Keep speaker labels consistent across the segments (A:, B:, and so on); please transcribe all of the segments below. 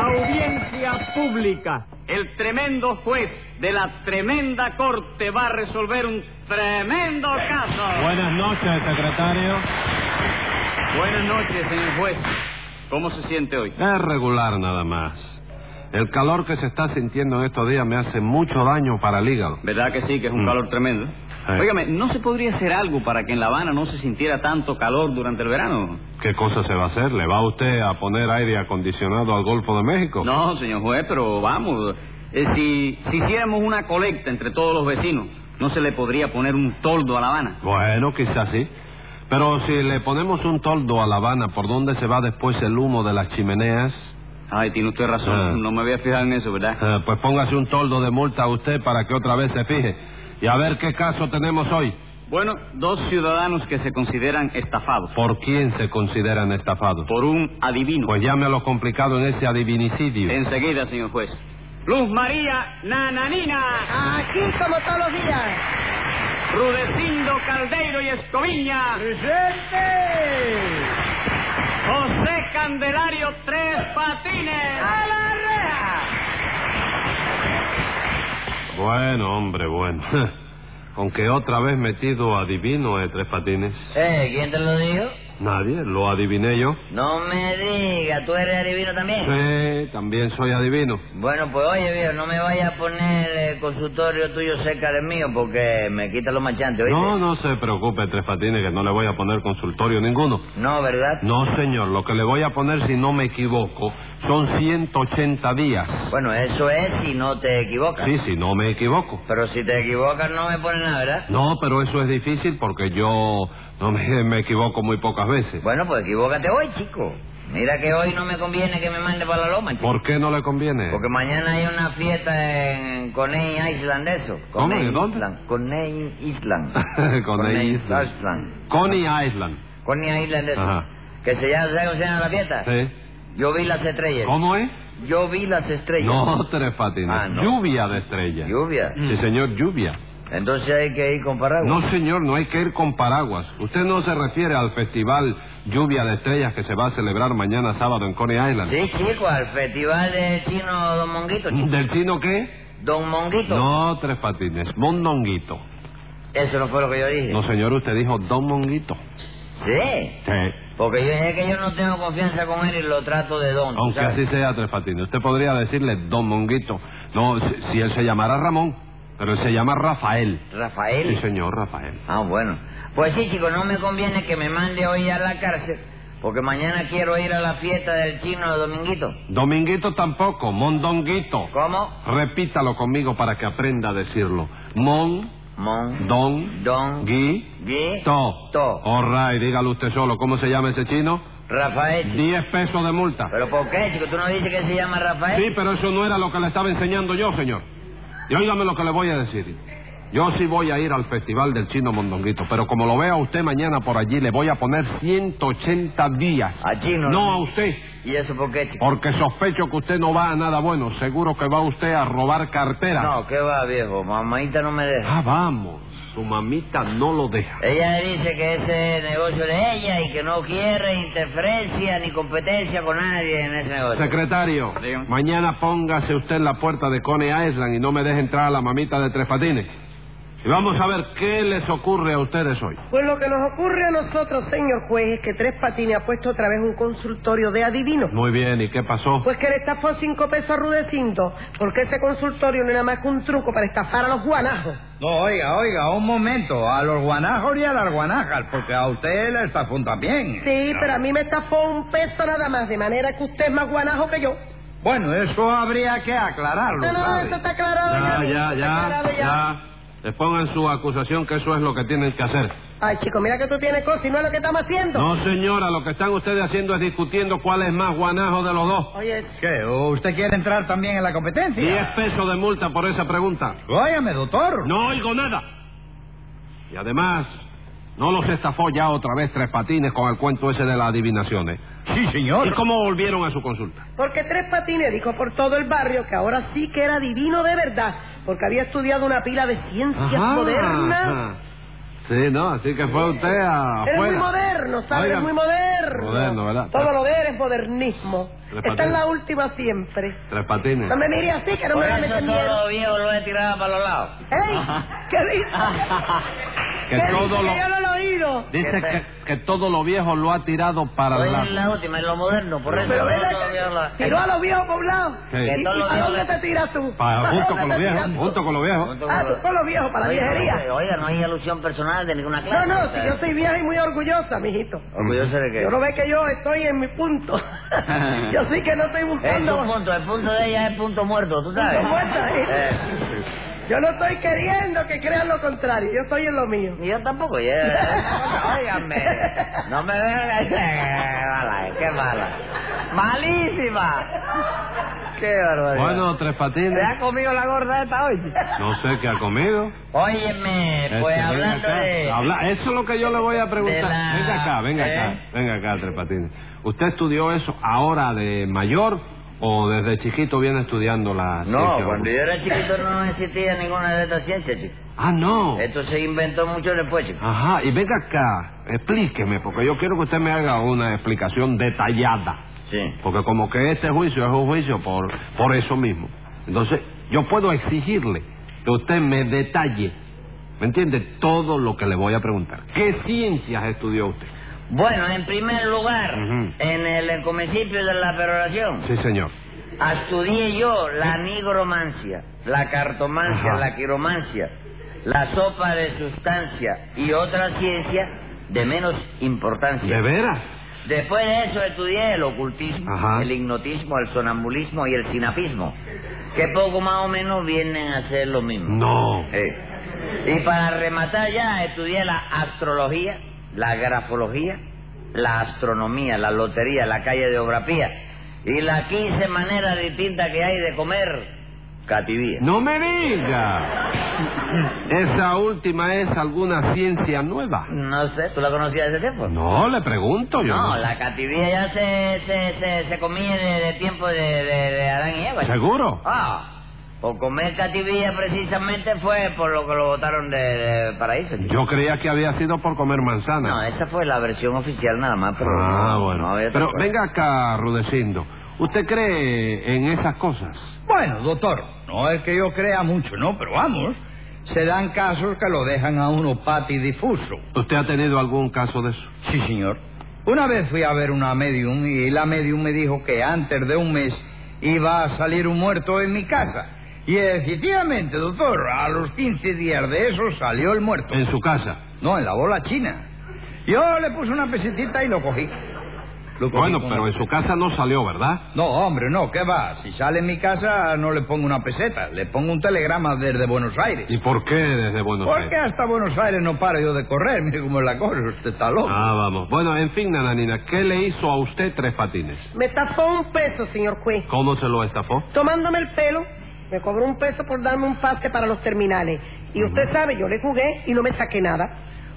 A: audiencia pública. El tremendo juez de la tremenda corte va a resolver un tremendo caso.
B: Buenas noches, secretario.
A: Buenas noches, señor juez. ¿Cómo se siente hoy?
B: Es regular nada más. El calor que se está sintiendo en estos días me hace mucho daño para el hígado.
A: ¿Verdad que sí, que es un
B: Mm.
A: calor tremendo?
B: Sí.
A: Óigame, ¿no se podría hacer algo para que en La Habana no se sintiera tanto calor durante el verano?
B: ¿Qué cosa se va a hacer? ¿Le va usted a poner aire acondicionado al Golfo de México?
A: No, señor juez, pero vamos. eh, si, si hiciéramos una colecta entre todos los vecinos, ¿no se le podría poner un toldo a La Habana?
B: Bueno, quizás sí. Pero si le ponemos un toldo a La Habana, ¿por dónde se va después el humo de las chimeneas?
A: Ay, tiene usted razón.
B: Ah.
A: No me había fijado en eso, ¿verdad?
B: Eh, pues póngase un toldo de multa a usted para que otra vez se fije. Y a ver qué caso tenemos hoy.
A: Bueno, dos ciudadanos que se consideran estafados
B: ¿Por quién se consideran estafados?
A: por un adivino.
B: Pues llame a lo complicado en ese adivinicidio.
A: Enseguida, señor juez. Luz María Nananina,
C: Aquí como todos los días.
A: Rudecindo Caldeiro y Escoviña,
C: ¡Presente!
A: José Candelario Tres Patines.
C: ¡A la rea!
B: Bueno, hombre, bueno. Con que otra vez metido adivino de tres patines.
D: Eh, ¿quién te lo dijo?
B: Nadie, lo adiviné yo.
D: No me diga, ¿tú eres adivino también?
B: Sí, también soy adivino.
D: Bueno, pues oye, viejo, no me vayas a poner el consultorio tuyo cerca del mío porque me quita los machantes, ¿oíste?
B: No, no se preocupe, tres patines, que no le voy a poner consultorio ninguno.
D: No, ¿verdad?
B: No, señor, lo que le voy a poner, si no me equivoco, son 180 días.
D: Bueno, eso es si no te equivocas.
B: Sí, si no me equivoco.
D: Pero si te equivocas no me pones nada, ¿verdad?
B: No, pero eso es difícil porque yo no me, me equivoco muy pocas veces.
D: Bueno, pues equivócate hoy, chico. Mira que hoy no me conviene que me mande para la loma, chico.
B: ¿Por qué no le conviene?
D: Porque mañana hay una fiesta en Coney Island, eso.
B: ¿Cómo?
D: Coney
B: ¿De dónde?
D: Island. Coney Island.
B: Coney Island.
D: Island.
B: Coney Island.
D: Coney Island, eso.
B: Ajá.
D: Que se llama, ¿sabes cómo se llama la fiesta?
B: Sí.
D: Yo vi las estrellas.
B: ¿Cómo es?
D: Yo vi las estrellas.
B: No, Mm. tres patines.
D: Ah, no.
B: Lluvia de estrellas.
D: Lluvia. Mm.
B: Sí, señor, lluvia.
D: Entonces hay que ir con paraguas.
B: No, señor, no hay que ir con paraguas. Usted no se refiere al festival Lluvia de Estrellas que se va a celebrar mañana sábado en Coney Island.
D: Sí, chico, al festival de chino Don Monguito. chico.
B: ¿Del chino qué?
D: Don Monguito.
B: No, tres patines. Mondonguito.
D: Eso no fue lo que yo dije.
B: No, señor, usted dijo Don Monguito.
D: Sí.
B: Sí.
D: Porque yo es que yo no tengo confianza con él y lo trato de don. ¿tú
B: Aunque
D: sabes?
B: así sea, tres patines. Usted podría decirle Don Monguito. No, si, si él se llamara Ramón, pero él se llama Rafael.
D: Rafael.
B: Sí, señor, Rafael.
D: Ah, bueno. Pues sí, chico, no me conviene que me mande hoy a la cárcel. Porque mañana quiero ir a la fiesta del chino Dominguito.
B: Dominguito tampoco, Mondonguito.
D: ¿Cómo?
B: Repítalo conmigo para que aprenda a decirlo. Mon,
D: Mon.
B: don,
D: Don.
B: gui,
D: Gui-
B: to.
D: To.
B: All right, dígalo usted solo. ¿Cómo se llama ese chino?
D: Rafael. chico.
B: Diez pesos de multa.
D: ¿Pero por qué, chico? ¿Tú no dices que se llama Rafael?
B: Sí, pero eso no era lo que le estaba enseñando yo, señor. Y óigame lo que le voy a decir. Yo sí voy a ir al festival del chino mondonguito, pero como lo vea usted mañana por allí, le voy a poner 180 días.
D: A chino.
B: No a usted,
D: ¿Y eso por qué, chico?
B: porque sospecho que usted no va a nada bueno. Seguro que va usted a robar carteras.
D: No, ¿qué va, viejo? Mamadita no me deja.
B: Ah, vamos. Su mamita no lo deja.
D: Ella dice que ese negocio es de ella y que no quiere interferencia ni competencia con nadie en ese negocio.
B: Secretario,
A: Dígame.
B: mañana póngase usted en la puerta de Coney Island y no me deje entrar a la mamita de Tres Patines. Y vamos a ver qué les ocurre a ustedes hoy.
C: Pues lo que nos ocurre a nosotros, señor juez, es que Tres Patines ha puesto otra vez un consultorio de adivinos.
B: Muy bien, ¿y qué pasó?
C: Pues que le estafó cinco pesos a Rudecindo, porque ese consultorio no era más que un truco para estafar a los guanajos.
E: No, oiga, oiga, un momento. A los guanajos y a las guanajas, porque a usted les estafón también.
C: Sí, pero a mí me estafó un peso nada más, de manera que usted es más guanajo que yo.
E: Bueno, eso habría que aclararlo,
C: No, no,
E: ¿sabe?
C: eso está aclarado
B: Ya,
C: ya.
B: ya,
C: está
B: ya,
C: aclarado
B: ya. Les pongan su acusación que eso es lo que tienen que hacer.
C: Ay, chico, mira que tú tienes cosas y no es lo que estamos haciendo.
B: No, señora, lo que están ustedes haciendo es discutiendo cuál es más guanajo de los dos.
C: Oye,
E: ¿Qué? ¿Usted quiere entrar también en la competencia?
B: Diez pesos de multa por esa pregunta.
E: Óyame, doctor.
B: No oigo nada. Y además, no los estafó ya otra vez tres patines con el cuento ese de las adivinaciones.
E: Sí,
B: ¿Y
E: señor.
B: cómo volvieron a su consulta?
C: Porque Tres Patines dijo por todo el barrio que ahora sí que era divino de verdad, porque había estudiado una pila de ciencias
B: Ajá,
C: modernas,
B: ajá. Sí, ¿no? Así que fue usted a.
C: Eres muy
B: afuera.
C: moderno, ¿sabes?
B: Oiga,
C: Eres muy moderno.
B: Moderno, ¿verdad?
C: Todo lo de él es modernismo.
B: Tres
C: Esta es
B: patines.
C: la última siempre.
B: Tres patines.
C: No me mire así, que no
D: Por
C: me va a
D: eso
C: meter
D: todos
C: miedo.
D: los viejos los he tirado para los lados.
C: ¡Ey! ¿Qué dice?
B: Ah, Que
C: ¿Qué
B: todo
C: dice?
B: lo-
C: Que yo no lo he oído.
B: Dice
D: ¿Qué
B: que, que todo lo viejo lo ha tirado para
D: Hoy
B: la...
D: es la última, es lo moderno, por eso
C: Pero
D: todos
C: mira
D: los viejos
C: que
D: los-
C: tiró a los viejos poblados.
B: Sí.
C: ¿Y-
D: Que todos
C: y
D: los
C: ¿A
D: viejos-
C: dónde te tiras tú?
B: Para, junto
C: ¿A
B: con
C: dónde
B: los
C: te
B: viejos,
C: tiras tú?
B: junto con los viejos.
C: Ah, tú con los viejos, para la
D: Oiga,
C: viejería.
D: no, Oiga, no hay alusión personal de ninguna
C: No,
D: clase.
C: no,
D: o
C: si
D: sea,
C: yo soy vieja y muy orgullosa, mijito.
D: Orgulloso de que...
C: Yo no ve que yo estoy en mi punto. yo sí que no estoy
D: Es
C: buscando...
D: tu punto, el punto de ella es punto muerto, ¿tú sabes?
C: Punto muerto, ¿eh?
D: Eh,
C: Yo no estoy queriendo que crean lo contrario, yo estoy en lo mío.
D: ni yo tampoco, ya. Óigame, no me dejes... Qué mala, eh, qué mala. Malísima. Qué barbaridad.
B: Bueno, tres
D: ¿Te
B: patines.
D: ha comido la gorda esta hoy?
B: No sé qué ha comido.
D: Óyeme, pues
B: Este, venga
D: hablando
B: acá.
D: de...
B: Habla- Eso es lo que yo le voy a preguntar.
D: de la-
B: Venga acá, venga acá,
D: ¿Eh?
B: venga acá, Tres Patines. ¿Usted estudió eso ahora de mayor o desde chiquito viene estudiando la
D: No,
B: ciencia?
D: cuando yo era chiquito no existía ninguna de estas ciencias, chico.
B: Ah, no.
D: Esto se inventó mucho después, chico.
B: Ajá, y venga acá, explíqueme, porque yo quiero que usted me haga una explicación detallada.
D: Sí.
B: Porque como que este juicio es un juicio por, por eso mismo. Entonces, yo puedo exigirle que usted me detalle, ¿me entiende? Todo lo que le voy a preguntar. ¿Qué ciencias estudió usted?
D: Bueno, en primer lugar,
B: Ujú.
D: en el, eh, comecipio de la peroración,
B: Sí, señor.
D: estudié yo la nigromancia, la cartomancia,
B: Ajá.
D: la quiromancia, la sopa de sustancia y otras ciencias de menos importancia.
B: ¿De veras?
D: Después de eso estudié el ocultismo,
B: Ajá.
D: el hipnotismo, el sonambulismo y el sinapismo, que poco más o menos vienen a ser lo mismo.
B: No.
D: Eh, Y para rematar ya, estudié la astrología, la grafología, la astronomía, la lotería, la calle de obrapía y las 15 maneras distintas que hay de comer cativía.
B: No me diga. Esa última es alguna ciencia nueva.
D: No sé, ¿tú la conocías desde tiempo?
B: No, le pregunto yo.
D: No, la cativía ya se, se, se, se comía de, de tiempo de, de- de Adán y Eva.
B: ¿Seguro?
D: Ah, por comer cativía precisamente fue por lo que lo votaron de, de paraíso. chico.
B: Yo creía que había sido por comer manzana.
D: No, esa fue la versión oficial nada más, pero...
B: Ah,
D: no,
B: bueno.
D: no había
B: Pero
D: otra cosa.
B: venga acá, Rudecindo. ¿Usted cree en esas cosas?
E: Bueno, doctor, no es que yo crea mucho, no, pero vamos. Se dan casos que lo dejan a uno patidifuso.
B: ¿Usted ha tenido algún caso de eso?
E: Sí, señor. Una vez fui a ver una medium y la medium me dijo que antes de un mes iba a salir un muerto en mi casa. Y efectivamente, doctor, a los 15 días de eso salió el muerto.
B: En su casa.
E: No, en la bola china. Yo le puse una pesetita y lo cogí. Lo cogí
B: Bueno,
E: con
B: pero
E: una
B: en su
E: peseta.
B: casa no salió, ¿verdad?
E: No, hombre, no, ¿qué va? Si sale en mi casa no le pongo una peseta, le pongo un telegrama desde Buenos Aires.
B: ¿Y por qué desde Buenos
E: Porque
B: Aires?
E: hasta Buenos Aires no paro yo de correr, mire cómo es la cosa, usted está loco.
B: Ah, vamos. Bueno, en fin, Nananina, ¿qué le hizo a usted Tres Patines?
C: Me estafó un peso, señor juez.
B: ¿Cómo se lo estafó?
C: Tomándome el pelo, me cobró un peso por darme un pase para los terminales. Y usted sabe, yo le jugué y no me saqué nada.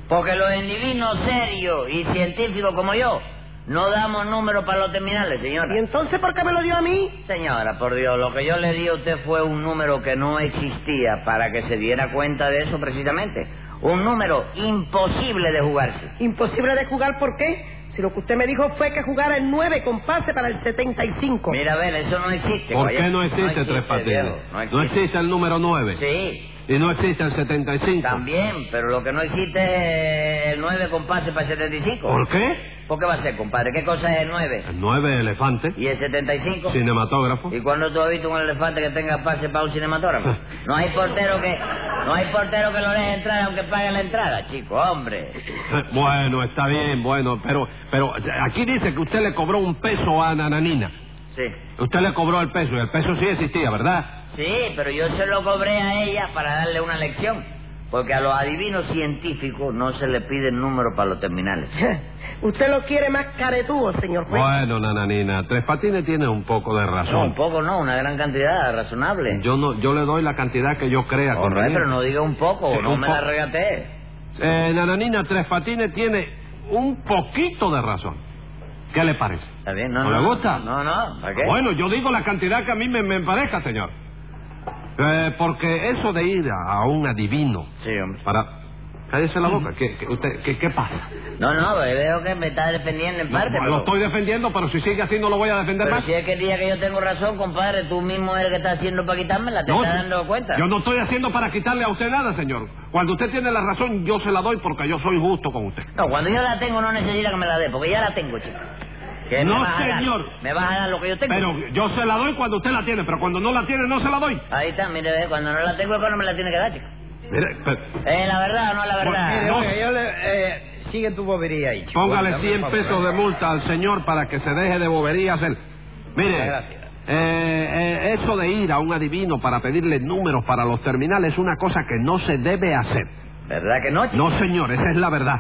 D: Porque los individuos serios y científicos como yo no damos números para los terminales, señora.
C: ¿Y entonces por qué me lo dio a mí?
D: Señora, por Dios, lo que yo le di a usted fue un número que no existía para que se diera cuenta de eso precisamente. Un número imposible de jugarse.
C: Imposible de jugar, ¿por qué? Si lo que usted me dijo fue que jugara el 9 con pase para el 75.
D: Mira, a ver, eso no existe.
B: ¿Por
D: caballero.
B: qué no existe, Tres Patines?
D: Diego, no existe.
B: No existe el número 9.
D: Sí,
B: Y no existe el 75.
D: también, pero lo que no existe es el 9 compases para el 75.
B: ¿Por qué?
D: ¿Por Pues, qué va a ser, compadre? ¿Qué cosa es el 9?
B: El 9 elefante,
D: ¿Y el 75?
B: cinematógrafo.
D: ¿Y cuando tú has visto un elefante que tenga pase para un cinematógrafo? No hay portero que no hay portero que lo deje entrar aunque pague la entrada, chico, hombre.
B: Eh, Bueno, está bien, bueno, pero pero aquí dice que usted le cobró un peso a Nananina.
D: Sí.
B: Usted le cobró el peso y el peso sí existía, ¿verdad?
D: Sí, pero yo se lo cobré a ella para darle una lección. Porque a los adivinos científicos no se le pide el número para los terminales.
C: usted lo quiere más caretúo, señor juez.
B: Bueno, Nananina, Tres Patines tiene un poco de
D: No, un
B: razón.
D: poco no, una gran cantidad, razonable.
B: Yo no yo le doy la cantidad que yo crea.
D: Correcto,
B: conveniente.
D: pero no diga un poco,
B: Sí,
D: no
B: un
D: me
B: po-
D: la regatee.
B: Eh, Nananina, Tres Patines tiene un poquito de razón. ¿Qué le parece?
D: ¿Está bien? No,
B: ¿No le gusta? Ah,
D: No, no, ¿para qué?
B: Bueno, yo digo la cantidad que a mí me, me parezca, señor. Eh, porque eso de ir a, a un adivino
D: Sí, hombre.
B: para Cállese la boca. ¿Qué, qué- usted, qué, qué pasa?
D: No, no, yo veo que me está defendiendo en parte.
B: No,
D: pero-
B: lo estoy defendiendo, pero si sigue así no lo voy a defender
D: Pero
B: más.
D: si es que el día que yo tengo razón, compadre, tú mismo eres el que está haciendo para quitármela, te
B: No,
D: estás dando cuenta.
B: Yo no estoy haciendo para quitarle a usted nada, señor. Cuando usted tiene la razón, yo se la doy porque yo soy justo con usted.
D: No, cuando yo la tengo no necesita que me la dé, porque ya la tengo, chico. ¿Qué me
B: No,
D: vas a dar?
B: señor.
D: Me vas a dar lo que yo tengo.
B: Pero yo se la doy cuando usted la tiene, pero cuando no la tiene, no se la doy.
D: Ahí está, mire, ve, cuando no la tengo es cuando me la tiene que dar, chico.
B: Mire, pero-
D: ¿Es la verdad o no es la verdad?
E: Mire,
B: No.
E: oiga, yo le- eh, sigue tu bobería ahí, chico.
B: Póngale
E: Dame
B: 100
E: el favor.
B: pesos de multa al señor para que se deje de boberías él. Mire,
E: Muchas gracias.
B: eh, eh, eso de ir a un adivino para pedirle números para los terminales es una cosa que no se debe hacer.
D: ¿Verdad que no, chico?
B: No, señor, esa es la verdad.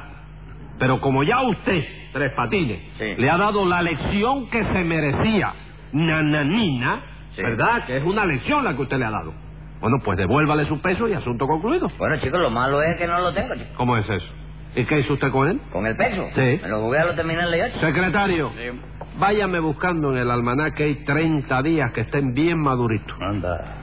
B: Pero como ya usted, Tres Patines,
D: Sí.
B: le ha dado la lección que se merecía, nananina,
D: Sí.
B: ¿verdad? Que es una lección la que usted le ha dado. Bueno, pues devuélvale su peso y asunto concluido.
D: Bueno, chicos, lo malo es que no lo tengo, chico.
B: ¿Cómo es eso? ¿Y qué hizo usted con él?
D: ¿Con el peso?
B: Sí.
D: Me lo jugué a lo terminal yo, chico.
B: Secretario, váyame buscando en el almanaque hay 30 días que estén bien maduritos.
E: Anda.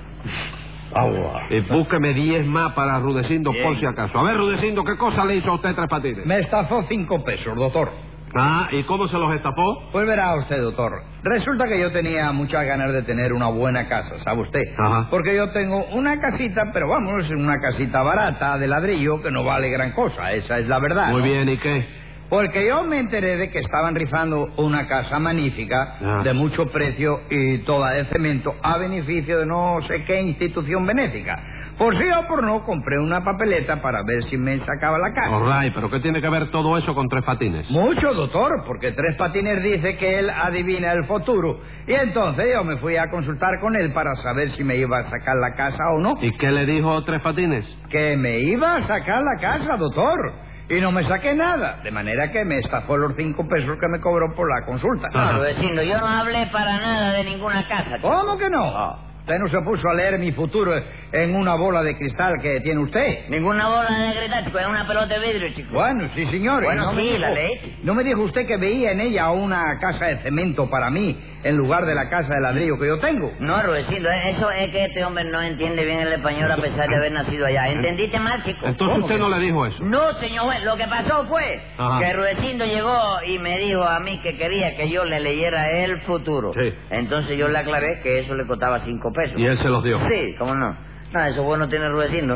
E: Agua.
B: Y búsqueme 10 más para Rudecindo
A: Bien.
B: por si acaso. A ver, Rudecindo, ¿qué cosa le hizo a usted Tres Patines?
E: Me estafó cinco pesos, doctor.
B: Ah, ¿y cómo se los estapó?
E: Pues verá usted, doctor. Resulta que yo tenía muchas ganas de tener una buena casa, ¿sabe usted?
B: Ajá.
E: Porque yo tengo una casita, pero vamos, es una casita barata de ladrillo que no vale gran cosa, esa es la verdad.
B: Muy
E: Ah, ¿no?
B: bien, ¿y qué?
E: Porque yo me enteré de que estaban rifando una casa magnífica,
B: Ah.
E: de mucho precio y toda de cemento, a beneficio de no sé qué institución benéfica. Por sí o por no, compré una papeleta para ver si me sacaba la casa.
B: All right, pero ¿qué tiene que ver todo eso con Tres Patines?
E: Mucho, doctor, porque Tres Patines dice que él adivina el futuro. Y entonces yo me fui a consultar con él para saber si me iba a sacar la casa o no.
B: ¿Y qué le dijo Tres Patines?
E: Que me iba a sacar la casa, doctor. Y no me saqué nada. De manera que me estafó los cinco pesos que me cobró por la consulta.
B: Ah.
D: Claro, vecino, yo no hablé para nada de ninguna casa, chico.
E: ¿Cómo que no?
D: Ah.
E: Usted no se puso a leer mi futuro en una bola de cristal que tiene usted.
D: Ninguna bola de gritar, chico, era una pelota de vidrio, chico.
E: Bueno, sí, señor. y
D: Bueno,
E: me
D: sí,
E: dijo-
D: la leí.
E: No me dijo usted que veía en ella una casa de cemento para mí en lugar de la casa de ladrillo que yo tengo.
D: No, Rudecindo, eso es que este hombre no entiende bien el español a pesar de haber nacido allá. ¿Entendiste mal, chico?
B: Entonces usted no le dijo eso.
D: No, señor juez, lo que pasó fue
B: Ajá.
D: que Rudecindo llegó y me dijo a mí que quería que yo le leyera el futuro.
B: Sí.
D: Entonces yo le aclaré que eso le costaba cinco pesos.
B: Y él se los dio.
D: Sí, cómo no. No, eso bueno tiene Rudecindo.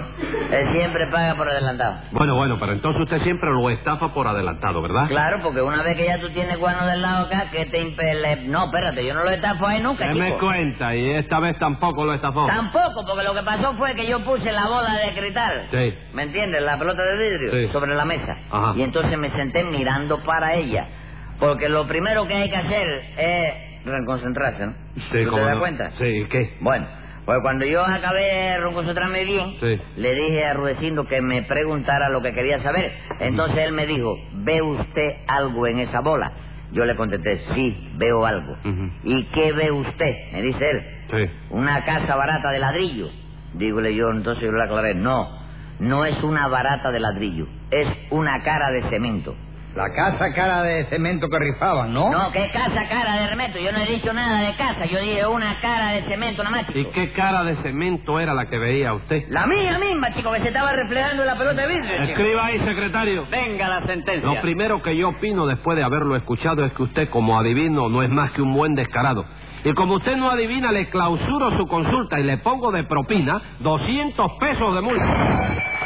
D: Él siempre paga por adelantado.
B: Bueno, bueno, pero entonces usted siempre lo estafa por adelantado, ¿verdad?
D: Claro, porque una vez que ya tú tienes guano del lado acá, que te impele... No, espérate, yo no lo estafo ahí nunca,
B: Se me
D: chico.
B: cuenta, y esta vez tampoco lo estafó.
D: Tampoco, porque lo que pasó fue que yo puse la bola de cristal.
B: Sí.
D: ¿Me entiendes? La pelota de vidrio
B: Sí.
D: sobre la mesa.
B: Ajá.
D: Y entonces me senté mirando para ella. Porque lo primero que hay que hacer es reconcentrarse, ¿no? ¿Tú
B: cómo
D: te das
B: no.
D: cuenta?
B: Sí, ¿y qué?
D: Bueno, pues cuando yo acabé de reconcentrarme bien,
B: Sí.
D: le dije a Rudecindo que me preguntara lo que quería saber. Entonces él me dijo, ¿ve usted algo en esa bola? Yo le contesté, sí, veo algo.
B: Ujú.
D: ¿Y qué ve usted? Me dice él.
B: Sí.
D: Una casa barata de ladrillo. Dígole yo, entonces yo le aclaré, no, no es una barata de ladrillo, es una cara de cemento.
E: La casa cara de cemento que rifaban,
B: ¿Oh?
E: ¿no?
D: No, que casa cara de cemento, yo no he dicho nada de casa, yo dije una cara de cemento nada más,
B: ¿Y
D: chico.
B: qué cara de cemento era la que veía usted?
D: La mía misma, chico, que se estaba reflejando en la pelota de vidrio, chico.
B: Escriba ahí, secretario.
A: Venga la sentencia.
B: Lo primero que yo opino después de haberlo escuchado es que usted, como adivino, no es más que un buen descarado. Y como usted no adivina, le clausuro su consulta y le pongo de propina 200 pesos de multa.